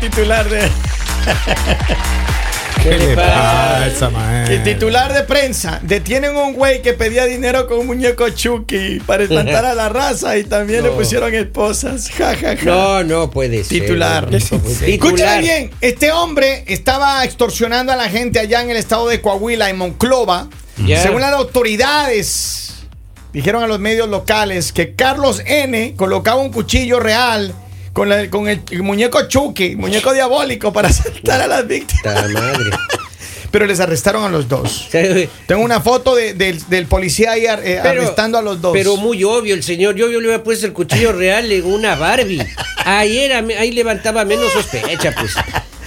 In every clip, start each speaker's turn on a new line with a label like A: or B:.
A: titular de.
B: ¿Qué, le pasa, maestro?
A: El titular de prensa. Detienen un güey que pedía dinero con un muñeco Chucky para espantar a la raza y también le
C: No.
A: pusieron esposas. Ja, ja, ja.
C: No, no puede ser.
A: Titular.
C: No puede ser.
A: Escúchame
C: Titular.
A: bien, este hombre estaba extorsionando a la gente allá en el estado de Coahuila, en Monclova.
C: Ya.
A: Según las autoridades, dijeron a los medios locales que Carlos N. colocaba un cuchillo real con, la- con el muñeco Chucky, muñeco diabólico, para asaltar a las víctimas.
C: Puta madre.
A: Pero les arrestaron a los dos.
C: O sea,
A: Tengo una foto de- del, del policía ahí ar- eh,
C: Pero-
A: arrestando a los dos.
C: Pero muy obvio, el señor. Yo, yo le había puesto el cuchillo real en una Barbie. Ahí, era, ahí levantaba menos sospecha, pues.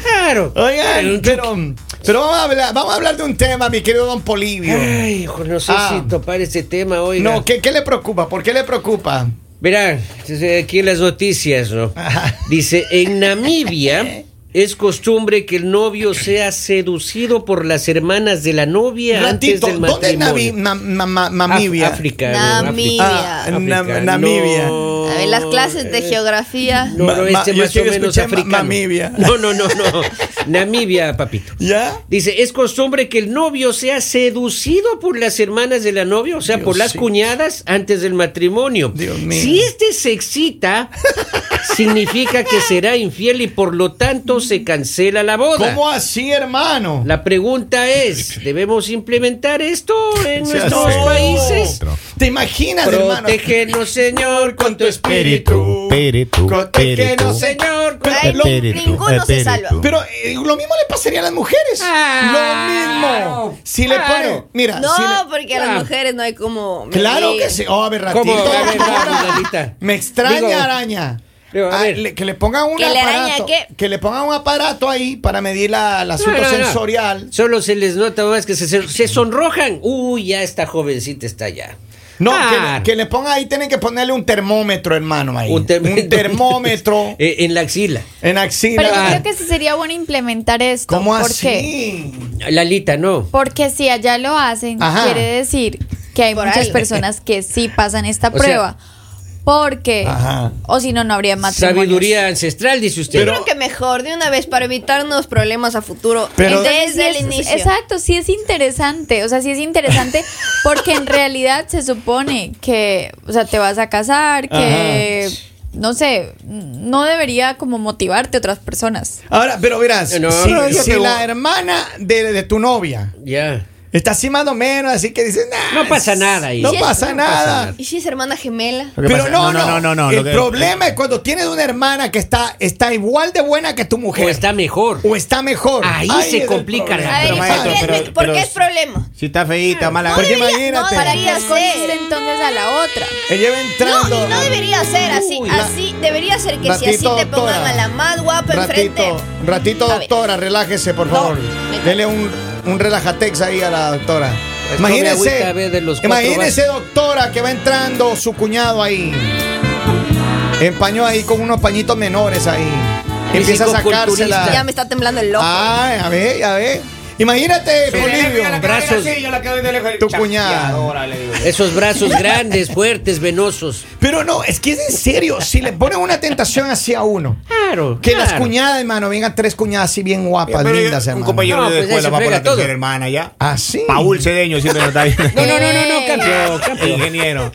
C: Claro. Pero
A: Oigan,
C: un
A: pero, pero vamos, a hablar, vamos a hablar de un tema, mi querido don Polivio.
C: Ay, hijo, no sé
A: Ah.
C: si topar ese tema hoy.
A: No, ¿qué, ¿qué le preocupa? ¿Por qué le preocupa?
C: Verán, eh, aquí en las noticias, ¿no?
A: Ajá.
C: Dice, en Namibia es costumbre que el novio sea seducido por las hermanas de la novia antes
A: Ratito,
C: del
A: ¿dónde es Navi-
C: matrimonio.
A: na- na- ma-
C: Af-
A: Namibia?
C: África. ¿no?
D: Namibia.
C: África.
A: Ah, na-
C: África.
A: Namibia.
C: No,
D: A ver, las clases de
C: eh,
D: geografía.
C: No, no,
A: Ma- ma-
C: este
A: yo
C: más o
A: quiero
C: menos
A: escuchar ma-
C: africano.
A: Namibia.
C: No, no, no, no. Namibia, papito.
A: ¿Ya?
C: Dice, es costumbre que el novio sea seducido por las hermanas de la novia, o sea, por las
A: Diosito.
C: cuñadas antes del matrimonio.
A: Dios mío.
C: Si este se excita, significa que será infiel y por lo tanto se cancela la boda.
A: ¿Cómo así, hermano?
C: La pregunta es, ¿debemos implementar esto en
A: Se
C: nuestros
A: hace.
C: países?
A: ¿Te imaginas, hermano?
C: Protégenos, Señor, con tu
A: Espíritu.
C: espíritu.
B: Espíritu,
A: Protégenos,
B: espíritu.
A: Señor. con-
D: Ay,
A: lo-
B: Espíritu,
D: ninguno se
B: espíritu.
D: salva.
A: pero eh, lo mismo le pasaría a las mujeres.
C: Ah,
A: lo mismo. Si le
C: claro.
A: ponen. Mira,
D: No,
A: si le-
D: porque a
C: Ah.
D: las mujeres no hay como.
A: claro
D: medir.
A: que sí. Oh, a ver, ratito.
C: ¿Cómo? A ver,
A: señora.
C: vamos, Lalita.
A: Me extraña,
C: Digo-
A: araña.
C: Digo, a
A: Ah,
C: ver.
A: le- que le pongan un
D: ¿Que le
A: aparato.
D: araña qué?
A: Que le pongan un aparato ahí para medir la, el asunto
C: No, no, no.
A: sensorial.
C: Solo se les nota más que se, se sonrojan. Uy, ya esta jovencita está ya. Ah,
A: No, que le-
C: Claro.
A: que, le ponga ahí, tienen que ponerle un termómetro, hermano, ahí. Un, termómetro
C: Eh, en la axila.
A: en
E: Pero yo
A: axila.
E: creo que sí sería bueno implementar esto.
A: ¿Cómo
E: ¿Por qué?
A: así?
C: Lalita, no.
E: Porque si allá lo hacen,
A: Ajá.
E: quiere decir que hay
D: Por
E: muchas
D: algo.
E: personas que sí pasan esta
C: O sea-
E: prueba. porque,
A: Ajá.
E: o si no, no habría matrimonio.
C: Sabiduría ancestral, dice usted.
D: Yo creo que mejor de una vez para evitarnos problemas a futuro.
A: Pero-
D: desde
E: Entonces, sí
D: el
E: es-
D: inicio.
E: Exacto, sí es interesante. O sea, sí es interesante porque en realidad se supone que, o sea, te vas a casar, que, no sé, no debería como motivarte otras personas.
A: Ahora, pero verás,
C: No,
A: si,
C: no, yo
A: si
C: creo-
A: la hermana de, de tu novia
C: Ya.
A: está así más o menos, así que dices, nah,
C: No pasa nada ahí.
A: No
C: Sí,
A: pasa
C: no
A: nada.
C: pasa nada.
D: ¿Y si es hermana gemela?
B: Lo que
A: Pero
B: pasa-
A: no, no,
B: no, no, no,
A: El
B: lo que-
A: problema es cuando tienes una hermana que está, está igual de buena que tu mujer.
C: O está mejor.
A: o está mejor.
C: Ahí se
A: es el
C: complica la-
A: problema.
D: A ver,
B: Pero, maestro,
D: explíquenme
B: pero-
D: ¿por qué
B: pero-
D: es problema?
B: Si está feíta, mala.
A: Porque
D: debería-
A: imagínate.
D: no
E: Para que
D: debería
E: escogiste
D: ser.
E: entonces a la otra.
A: Ella va entrando.
D: No, y no debería ser así.
C: Uy,
D: Así debería ser que si así
A: Ratito,
D: te pongan
A: doctora.
D: a la más guapa
A: Ratito,
D: enfrente.
A: ratito,
D: A ver.
A: doctora, relájese, por
D: No,
A: favor.
D: me-
A: Dele un, un relajatex ahí a la doctora.
C: Pues tome agüita,
A: Imagínese,
C: a ver, de los cuatro
A: imagínese, doctora, que va entrando su cuñado ahí. Empañó ahí con unos pañitos menores ahí. Empieza a
C: Fisicoculturista.
D: Ya
A: sacársela.
D: me está temblando el loco.
A: Ay, a ver, a ver. Imagínate, Polivio.
C: Brazos.
A: Tu cuñada.
C: Esos brazos grandes, fuertes, venosos.
A: Pero no, es que es en serio. Si le ponen una tentación hacia uno.
C: Claro.
A: Que las
C: claro.
A: cuñadas, hermano, vengan tres cuñadas así bien guapas,
B: Pero
A: lindas,
B: Un
A: hermano. Ah,
B: compañero de
C: No, pues ahí
B: escuela
C: se
B: va por
C: frega
B: la
C: todo.
B: tercera hermana ya.
A: Así.
B: Paul Cedeño siempre nos está viendo.
C: No, no, no, no, no, campeón,
B: El
C: campeón.
B: ingeniero.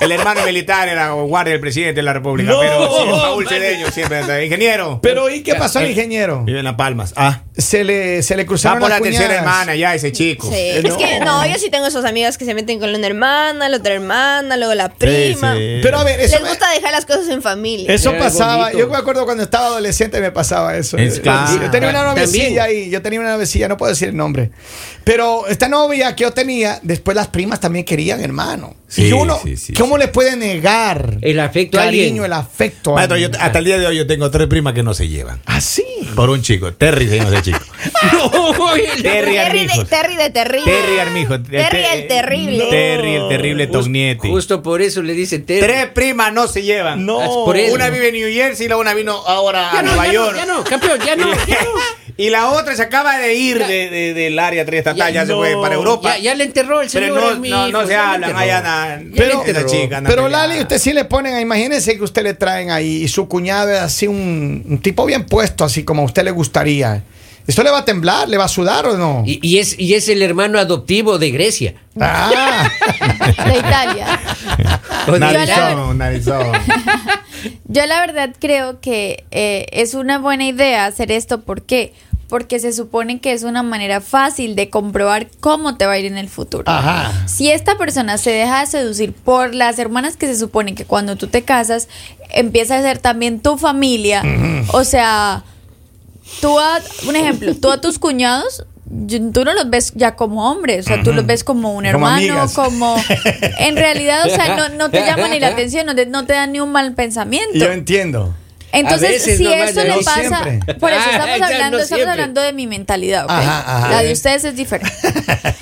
B: El hermano militar era guardia del presidente de la República.
A: No,
B: pero sí, Paul
A: vale.
B: Cedeño siempre está. Ingeniero.
A: Pero ¿y qué pasó al ingeniero?
B: Vive en Las Palmas. Ah.
A: Se le, se le
B: Eh, Va
A: cruzaron
B: por la
A: las
B: tercera
A: cuñadas.
B: hermana ya, ese chico.
D: Sí.
A: Eh,
D: Es que no, yo sí tengo esas amigas que se meten con una hermana, la otra hermana, luego la prima.
B: sí.
A: Pero a ver, eso,
D: Les gusta dejar las cosas en familia.
A: eso
C: Qué
A: pasaba.
C: bonito.
A: Yo me acuerdo cuando estaba adolescente me pasaba eso.
B: Es
A: Yo-
B: claro.
A: yo tenía una
C: También.
A: novecilla ahí, yo tenía una novecilla, no puedo decir el nombre. Pero esta novia que yo tenía, después las primas también querían, hermano. y
B: Sí,
A: uno,
B: sí, sí,
A: ¿cómo le puede negar
C: El afecto a
A: cariño,
C: alguien.
A: el afecto? a
B: Maestro, yo-
A: alguien? Ah,
B: hasta el día de hoy yo tengo tres primas que no se llevan.
A: Así.
B: Por un chico. Terry se llama ese chico.
C: No, el-
B: Terry
D: Terry de,
B: Armijos.
D: Terry de terrible.
B: Terry Armijo.
D: Terry el terrible.
B: Terry el terrible
C: Jus-
B: Tognetti.
C: Justo por eso le dice Terry.
B: Tres primas no se llevan.
A: No.
C: Ah, es por eso.
B: Una vive en New Jersey y la una vino ahora a
C: Ya no,
B: Nueva
C: ya no,
B: York.
C: ya no, campeón, ya no. ya no.
B: Y la otra se acaba de ir de, de- del área triestatal, ya, se
A: no.
B: fue para Europa.
C: Ya, ya le enterró el señor.
B: pero no,
C: a pues, mi
B: no, no
C: hijo,
B: se
C: ya le
B: hablan,
C: enterró.
B: allá nada.
C: Ya
A: Pero-
C: le enterró.
A: Pero Lali, usted sí le ponen, a- imagínense que usted le traen ahí y su cuñado es así un, un tipo bien puesto, así como a usted le gustaría. ¿Esto le va a temblar? ¿Le va a sudar o no?
C: Y, y es, y es el hermano adoptivo de Grecia.
A: Ah,
E: de Italia.
C: O de-
B: Narizón, narizón.
E: Yo la verdad creo que eh, es una buena idea hacer esto. ¿Por qué? Porque se supone que es una manera fácil de comprobar cómo te va a ir en el futuro.
A: Ah, ajá.
E: Si esta persona se deja seducir por las hermanas que se supone que cuando tú te casas empieza a ser también tu familia, o sea, tú a, un ejemplo, tú a tus cuñados, yo- tú no los ves ya como hombres, o sea, tú los ves como un
A: Como
E: hermano,
A: amigas.
E: como... En realidad, o sea, no, no te llama ni la atención, no te, no te dan ni un mal pensamiento.
A: Yo entiendo.
E: Entonces,
C: A veces
E: si
C: nomás,
E: eso
C: no
E: le pasa,
A: siempre.
E: por eso
C: Ah,
E: estamos
C: ya
E: hablando,
C: no
E: estamos
C: siempre.
E: hablando de mi mentalidad, ¿ok?
A: Ajá, ajá.
E: la de ustedes es diferente.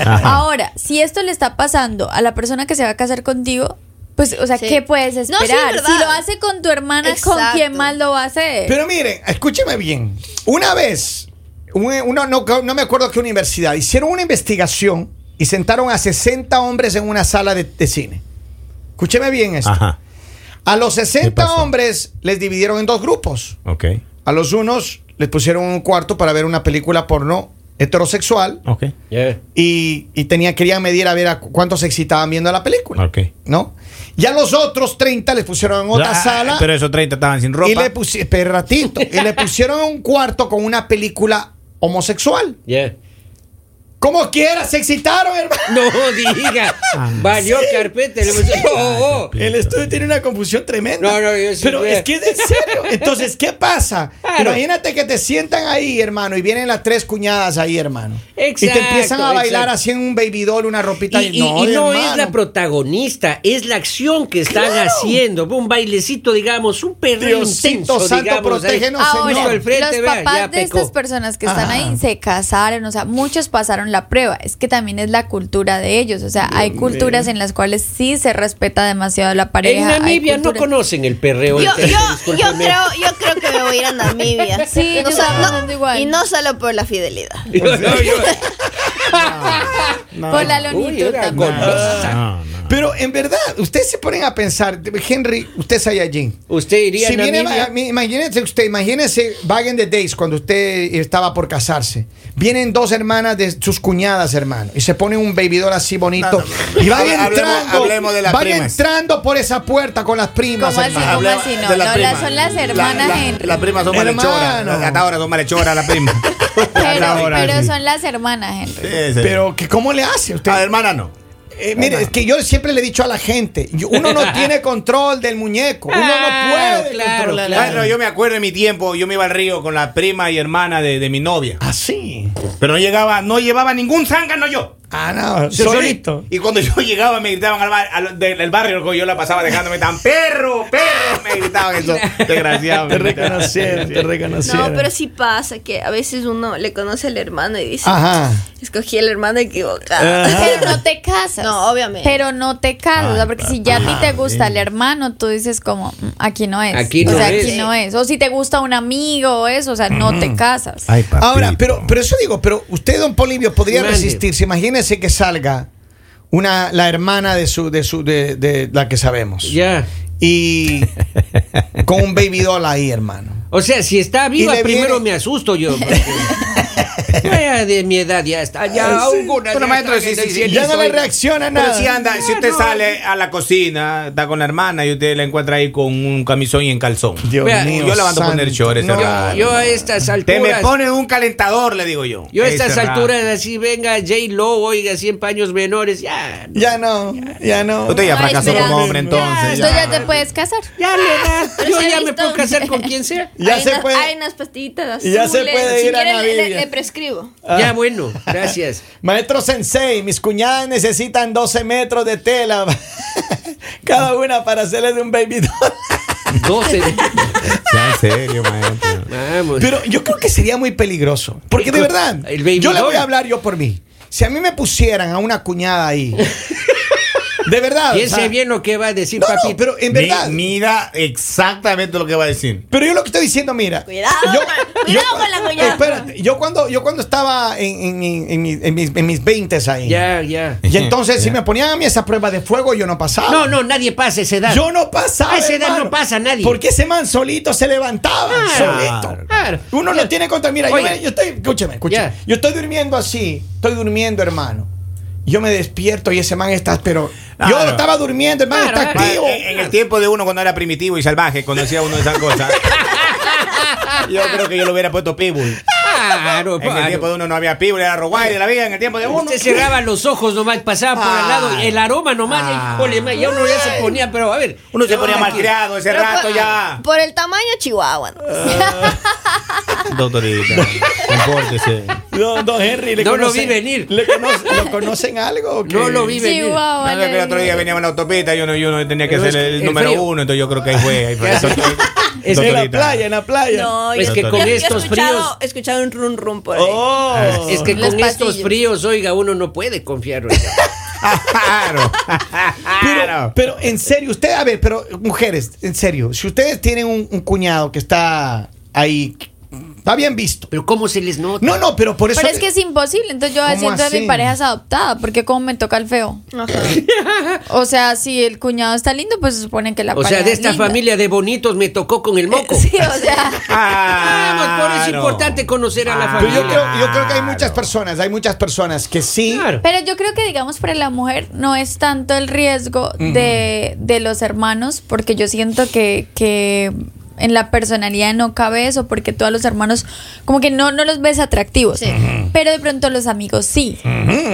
E: Ahora, si esto le está pasando a la persona que se va a casar contigo, pues, o sea,
D: Sí.
E: ¿qué puedes
D: No, sí, es
E: esperar?
D: verdad.
E: si lo hace con tu hermana, ¿con
D: Exacto.
E: quién más lo va a hacer?
A: Pero miren, escúcheme bien. Una vez, un- una- no, no me acuerdo qué universidad, hicieron una investigación y sentaron a 60 hombres en una sala de, de cine. Escúcheme bien esto.
B: Ajá,
A: A los 60
B: pasó?
A: hombres les dividieron en dos grupos.
B: ok,
A: A los unos les pusieron un cuarto para ver una película porno heterosexual
B: ok,
C: Ya.
B: Ah.
A: y, y tenía, querían medir a ver a cu- cuántos se excitaban viendo la película.
B: ok.
A: ¿No? Y a los otros 30 les pusieron en otra
B: Ah,
A: sala.
B: Pero esos 30 estaban sin ropa.
A: Y le pusieron, ratito, y le pusieron un cuarto con una película homosexual.
C: Ya.
A: Como quiera, se excitaron, hermano.
C: No diga. Valió carpeta. le puso- Oh, oh.
A: El estudio tiene una confusión tremenda.
C: No, no, yo sí
A: Pero
C: fui.
A: es que es en serio. Entonces, ¿qué pasa?
C: Claro.
A: Imagínate que te sientan ahí, hermano, y vienen las tres cuñadas ahí, hermano. y
C: Exacto,
A: te empiezan a bailar
C: exacto.
A: así en un baby doll, una ropita.
C: Y, y- y no es la
A: hermano.
C: protagonista, es la acción que están
A: Claro.
C: haciendo. Un bailecito, digamos, un perreo
A: Diosito
C: intenso,
A: santo,
C: digamos, ahí.
A: protégenos,
E: Ahora,
A: señor.
C: Al frente,
E: los
C: vea,
E: papás
C: ya
E: de
C: pecó.
E: estas personas que están
A: Ajá.
E: ahí se casaron, o sea, muchos pasaron la prueba. Es que también es la cultura de ellos, o sea, hay culturas en las cuales sí se respeta demasiado la pareja.
C: En
E: hay
C: Namibia no
E: culturas-
C: conocen el perreo.
D: Yo, yo,
C: intenso,
D: yo,
C: discúlpeme.
D: creo, yo creo que me voy a ir a Namibia.
E: Sí,
D: No
E: yo
D: solo-
E: también
D: no-
E: igual.
D: y no solo por la fidelidad.
C: No, yo-
E: Por la
C: Uy,
E: longitud
C: era
E: también.
C: golosa.
B: Ah, No, no.
A: Pero en verdad, ustedes se ponen a pensar, Henry, usted es allí.
C: Usted iría
A: Si
C: a
A: viene,
C: Namibia.
A: ma- mi- imagínese usted, imagínese back in the days cuando usted estaba por casarse. Vienen dos hermanas de sus cuñadas, hermano, y se ponen un bebidor así bonito. Y van
B: Hable- hablemos-
A: entrando,
B: hablemos de las
A: van
B: primas.
A: entrando por esa puerta con las primas.
E: ¿Cómo así?
A: hermano.
E: ¿Cómo
B: Ah, Hablaba
E: así? Pues No,
B: de la
E: no,
B: prima.
E: las- son las hermanas
B: La- la-
E: Henry.
B: Las primas son
A: Hermano.
B: malhechoras. Hasta ahora son malhechoras las primas.
E: Pero,
B: Ah, ahora
E: pero
B: sí.
E: son las hermanas, Henry.
B: Sí, sí.
A: Pero que cómo le hace usted?
B: Ah, hermana no.
A: Eh, mire, es que yo siempre le he dicho a la gente, yo- uno no tiene control del muñeco, uno no
C: Claro,
A: puede
C: claro,
A: controlar.
C: claro.
B: Bueno, yo me acuerdo en mi tiempo, yo me iba al río con la prima y hermana de, de mi novia.
A: Ah, Así.
B: Pero no llegaba, no llevaba ningún zángano yo.
A: Ah, no,
B: Yo
A: solito.
B: Y cuando yo llegaba me gritaban al bar- al- del del barrio, yo la pasaba dejándome tan perro, perro, me gritaban eso. Desgraciado.
A: Te reconocieron, te
D: No,
A: reconocieron.
D: pero sí pasa que a veces uno le conoce al hermano y dice,
A: Ajá. Eh,
D: escogí al hermano equivocado.
E: Pero no te casas.
D: No, obviamente.
E: Pero no te casas. o sea, porque si ya a ti te gusta el hermano, tú dices como, "Mm, aquí no es.
C: Aquí
E: o
C: no
E: sea,
C: es.
E: aquí no es. O si te gusta un amigo o eso, o sea, no te casas.
A: Ahora, pero, pero eso digo, pero usted, don Polibio, podría
C: Mande.
A: resistirse. Imagínese que salga una, la hermana de su, de su, de, de la que sabemos.
C: Ya.
A: Y con un baby doll ahí, hermano.
C: O sea, si está viva,
A: Y le
C: primero
A: viene-
C: me asusto yo. porque- Ya de mi edad ya está. Ya alguna
B: Pero
C: ya
B: maestro,
C: está
B: sí,
C: que
B: sí,
C: decía,
B: sí,
A: Ya
C: "Listo,
A: no le
C: oiga".
A: reacciona
B: Pero
A: nada.
B: si anda, si usted sale a la cocina, está con la hermana y usted la encuentra ahí con un camisón y en calzón.
A: Dios
C: Vea,
A: mío.
B: yo la mando a poner
A: santo.
B: chores,
A: No,
B: hermano.
C: Yo a estas
B: Te me
C: alturas.
B: ponen un calentador, le digo yo.
C: Yo a estas
B: Este rato.
C: alturas, así venga J. Lo, oiga, 100 paños menores. Ya.
A: Ya no, ya no.
B: Usted ya
D: No hay
B: fracasó como
D: esperanza.
B: hombre entonces.
E: Entonces
B: ya.
E: ya te puedes casar.
C: Ya le da.
D: Pero
C: Yo
D: se ha
C: ya me
D: visto-
C: puedo casar con quien sea.
A: Ya
D: hay
A: se
D: unas-
A: puede-
D: Hay unas pastillitas azules.
A: Ya se puede
D: si
A: ir a
D: quiere, le- le,
A: Namibia.
D: le prescribo.
A: Ah.
C: Ya bueno, gracias.
A: Maestro Sensei, mis cuñadas necesitan 12 metros de tela. Cada una para hacerles un baby doll.
C: 12.
B: Ya, en serio, maestro.
C: Vamos.
A: Pero yo creo que sería muy peligroso. Porque de
C: El
A: verdad,
C: baby
A: yo le
C: doll.
A: voy a hablar yo por mí. Si a mí me pusieran a una cuñada ahí, De verdad. ah, o
C: Piense
A: sea,
C: bien lo que va a decir,
A: No, no,
C: papi.
A: pero eh. en
B: Mi-
A: verdad.
B: mira exactamente lo que va a decir.
A: Pero yo lo que estoy diciendo, mira.
D: Cuidado con- cuidado con la cuñada.
A: Espérate, yo cuando, yo cuando estaba en, en- en- en mis, en, mis, en mis 20s ahí.
C: Ya, ya.
A: Y entonces, si
B: Ya.
A: me ponían a mí esa prueba de fuego, yo no pasaba.
C: No, no, nadie pasa esa edad.
A: Yo no pasaba.
C: A esa edad
A: hermano.
C: no pasa nadie.
A: Porque ese man solito se levantaba.
C: Claro,
A: solito.
C: claro.
A: Uno no tiene contra. Mira, yo,
C: Oiga.
A: me- yo estoy. Escúcheme, escúcheme.
C: Ya.
A: Yo estoy durmiendo así. Estoy durmiendo, hermano. Yo me despierto y ese man está. Pero. Yo
B: Claro.
A: estaba durmiendo, hermano.
C: Claro, eh,
A: está
C: claro.
A: activo.
B: Ah, En, en el tiempo de uno cuando era primitivo y salvaje, cuando hacía uno esas cosas. Yo creo que yo lo hubiera puesto Pitbull.
C: Claro,
B: En el
C: claro.
B: tiempo de uno no había Pitbull, era Roguay de la vida. En el tiempo de uno.
C: Usted cerraba los ojos nomás, pasaba por al lado, el aroma nomás,
B: Ah.
C: y, híjole, ma, ya uno ya se ponía, pero a ver.
B: Uno se
C: ya
B: ponía
C: ahora
B: malcriado ese
D: Pero pues,
B: rato
D: por-
B: ya.
D: Por el tamaño chihuahua. ¿no?
B: Doctorita, compórtese.
A: Don, don Henry,
C: No lo vi venir.
A: ¿le conoce- ¿Lo conocen algo? o qué?
C: No lo vi venir.
E: Chihuahua.
B: No, yo que el otro día veníamos en la autopista y uno, y uno tenía que
C: Pero
B: ser
C: es que
B: el
C: el
B: número
C: frío.
B: uno, entonces yo creo que ahí fue. Ahí fue.
C: Es
A: Es en la
B: Doctorita.
A: playa, en la playa.
D: No,
C: Es
D: yo-
C: Pues que
D: yo-
C: con
D: yo he
C: estos
D: escuchado-
C: fríos-
D: He escuchado un rum rum por ahí.
A: Oh.
C: Es que
E: Los
C: con estos
E: pasillos.
C: fríos, oiga, uno no puede confiar. oiga.
B: Claro.
A: Pero,
B: Claro.
A: pero en serio, usted, a ver, pero mujeres, en serio, si ustedes tienen un, un cuñado que está ahí, está bien visto.
C: Pero ¿cómo se les nota?
A: No, no, pero por eso.
E: Pero es que es imposible. Entonces yo
A: ¿Cómo
E: siento
A: así?
E: a mi pareja es adoptada, porque como me toca el feo.
D: Ajá.
E: O sea, si el cuñado está lindo, pues se supone que la
C: o sea,
E: pareja
C: de
E: es
C: esta
E: linda.
C: familia de bonitos me tocó con el moco.
E: Sí, o sea.
C: Vamos, por eso es importante conocer a la
A: Ah, Pero yo
C: familia.
A: creo, yo creo que hay muchas personas, hay muchas personas que sí.
C: Claro.
E: Pero yo creo que, digamos, para la mujer no es tanto el riesgo de, de los hermanos, porque yo siento que, que en la personalidad no cabe eso, porque tú a los hermanos como que no, no los ves atractivos,
D: Sí.
E: pero de pronto los amigos sí.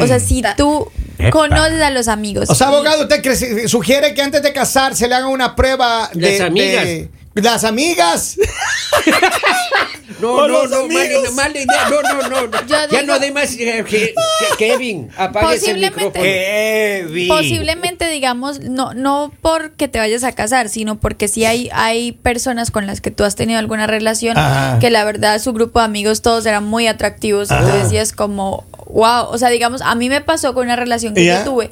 E: O sea, si
D: Ta-
E: tú conoces a los amigos.
A: O sea,
E: y-
A: abogado, usted cre- sugiere que antes de casar se le hagan una prueba de.
C: Las amigas.
A: de- las amigas.
C: No,
A: O
C: no,
A: los
C: no, mala,
A: amigos.
C: mala idea. No, no, no. no.
E: Yo
C: ya
E: digo-
C: no dé más. eh, que- que- Kevin, apague ese
E: Posiblemente-
C: micrófono.
A: Eh,
B: Kevin.
E: Posiblemente, digamos, no, no porque te vayas a casar, sino porque sí hay, hay personas con las que tú has tenido alguna relación
A: Ajá.
E: que la verdad su grupo de amigos todos eran muy atractivos. Entonces sí es como, wow. O sea, digamos, a mí me pasó con una relación que
A: Ya.
E: yo tuve.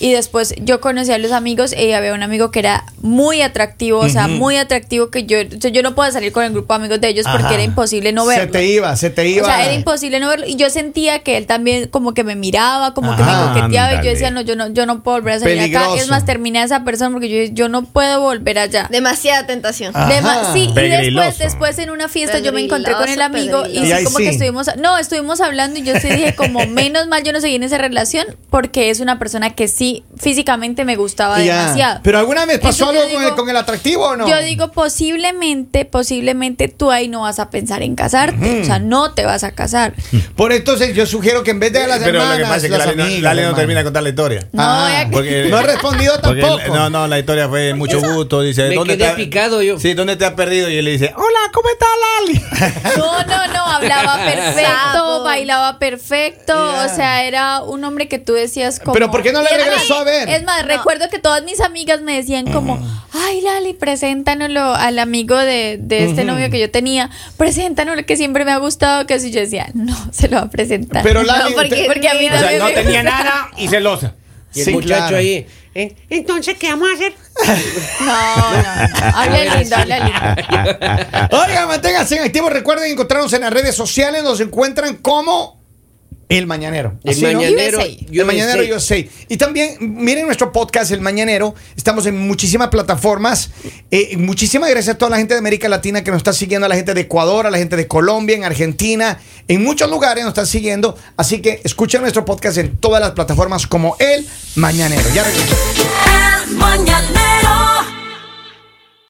E: Y después yo conocí a los amigos y había un amigo que era muy atractivo, o sea, muy atractivo que yo, o sea, yo no podía salir con el grupo de amigos de ellos
A: Ajá.
E: porque era imposible no verlo.
A: Se te iba, se te iba.
E: O sea, era imposible no verlo. Y yo sentía que él también como que me miraba, como
A: Ajá,
E: que me coqueteaba. Y
B: ándale.
E: yo decía, no, yo no, yo no puedo volver a salir
A: Peligroso.
E: acá. Es más, terminé a esa persona porque yo, yo no puedo volver allá.
D: Demasiada tentación.
A: Ah.
E: Dema-
A: Ajá.
E: sí, y después,
B: Pegriloso.
E: después en una fiesta yo me encontré con el
D: Pegriloso,
E: amigo y,
D: pegriloso.
A: Y
E: sí,
A: ahí
E: como
A: sí.
E: que estuvimos, no, estuvimos hablando y yo sí dije como menos mal yo no seguí en esa relación porque es una persona que sí físicamente me gustaba
A: Ya.
E: demasiado.
A: Pero alguna vez pasó
E: Entonces yo
A: algo con, el,
E: digo-
A: con el atractivo o no?
E: yo digo, posiblemente, posiblemente tú ahí no vas a pensar en casarte. O sea, no te vas a casar.
A: Por entonces yo sugiero que en vez de a las
B: Pero
A: hermanas,
B: lo que pasa es que
A: las
B: Lali no,
A: amigas,
B: Lali no
A: hermano.
B: termina de contar la historia.
E: No,
A: Ah,
E: ya-
B: porque-
A: no ha respondido
B: Porque
A: tampoco.
B: él- no, no, la historia fue mucho gusto. Dice,
C: Me
B: ¿dónde
C: quedé
B: te ha-
C: picado yo.
B: Sí, ¿dónde te has perdido? Y él le dice, Hola, ¿cómo está Lali?
E: No, no, no, hablaba perfecto,
D: Sapo.
E: bailaba perfecto, o sea, era un hombre que tú decías como...
A: Pero ¿por qué no le
E: Y era-
A: regresó a ver? Mm.
E: Es más, recuerdo que todas mis amigas me decían como, ay Lali, preséntanoslo al amigo de, de este novio que yo tenía, preséntanoslo que siempre me ha gustado, que si yo decía, no, se lo va a presentar.
A: Pero, Lali,
E: No, porque,
A: usted-
E: porque a mí
D: O
B: o sea,
E: también
B: no
E: me
B: tenía
E: gusta.
B: nada y celosa.
C: Y el
A: Sí,
C: muchacho
A: claro. Ah,
C: ahí. ¿eh? Entonces, ¿qué vamos a hacer?
E: No, no, no, habla lindo, habla lindo.
A: Oiga, manténganse en activo. Recuerden encontrarnos en las redes sociales. Nos encuentran como El Mañanero.
C: El
A: Así, ¿no?
C: mañanero.
E: USA.
A: El Mañanero yo sé. Y también, miren nuestro podcast, El Mañanero. Estamos en muchísimas plataformas. Eh, muchísimas gracias a toda la gente de América Latina que nos está siguiendo, a la gente de Ecuador, a la gente de Colombia, en Argentina, en muchos lugares nos están siguiendo. Así que escuchen nuestro podcast en todas las plataformas como El Mañanero. Ya regresamos.
F: El mañanero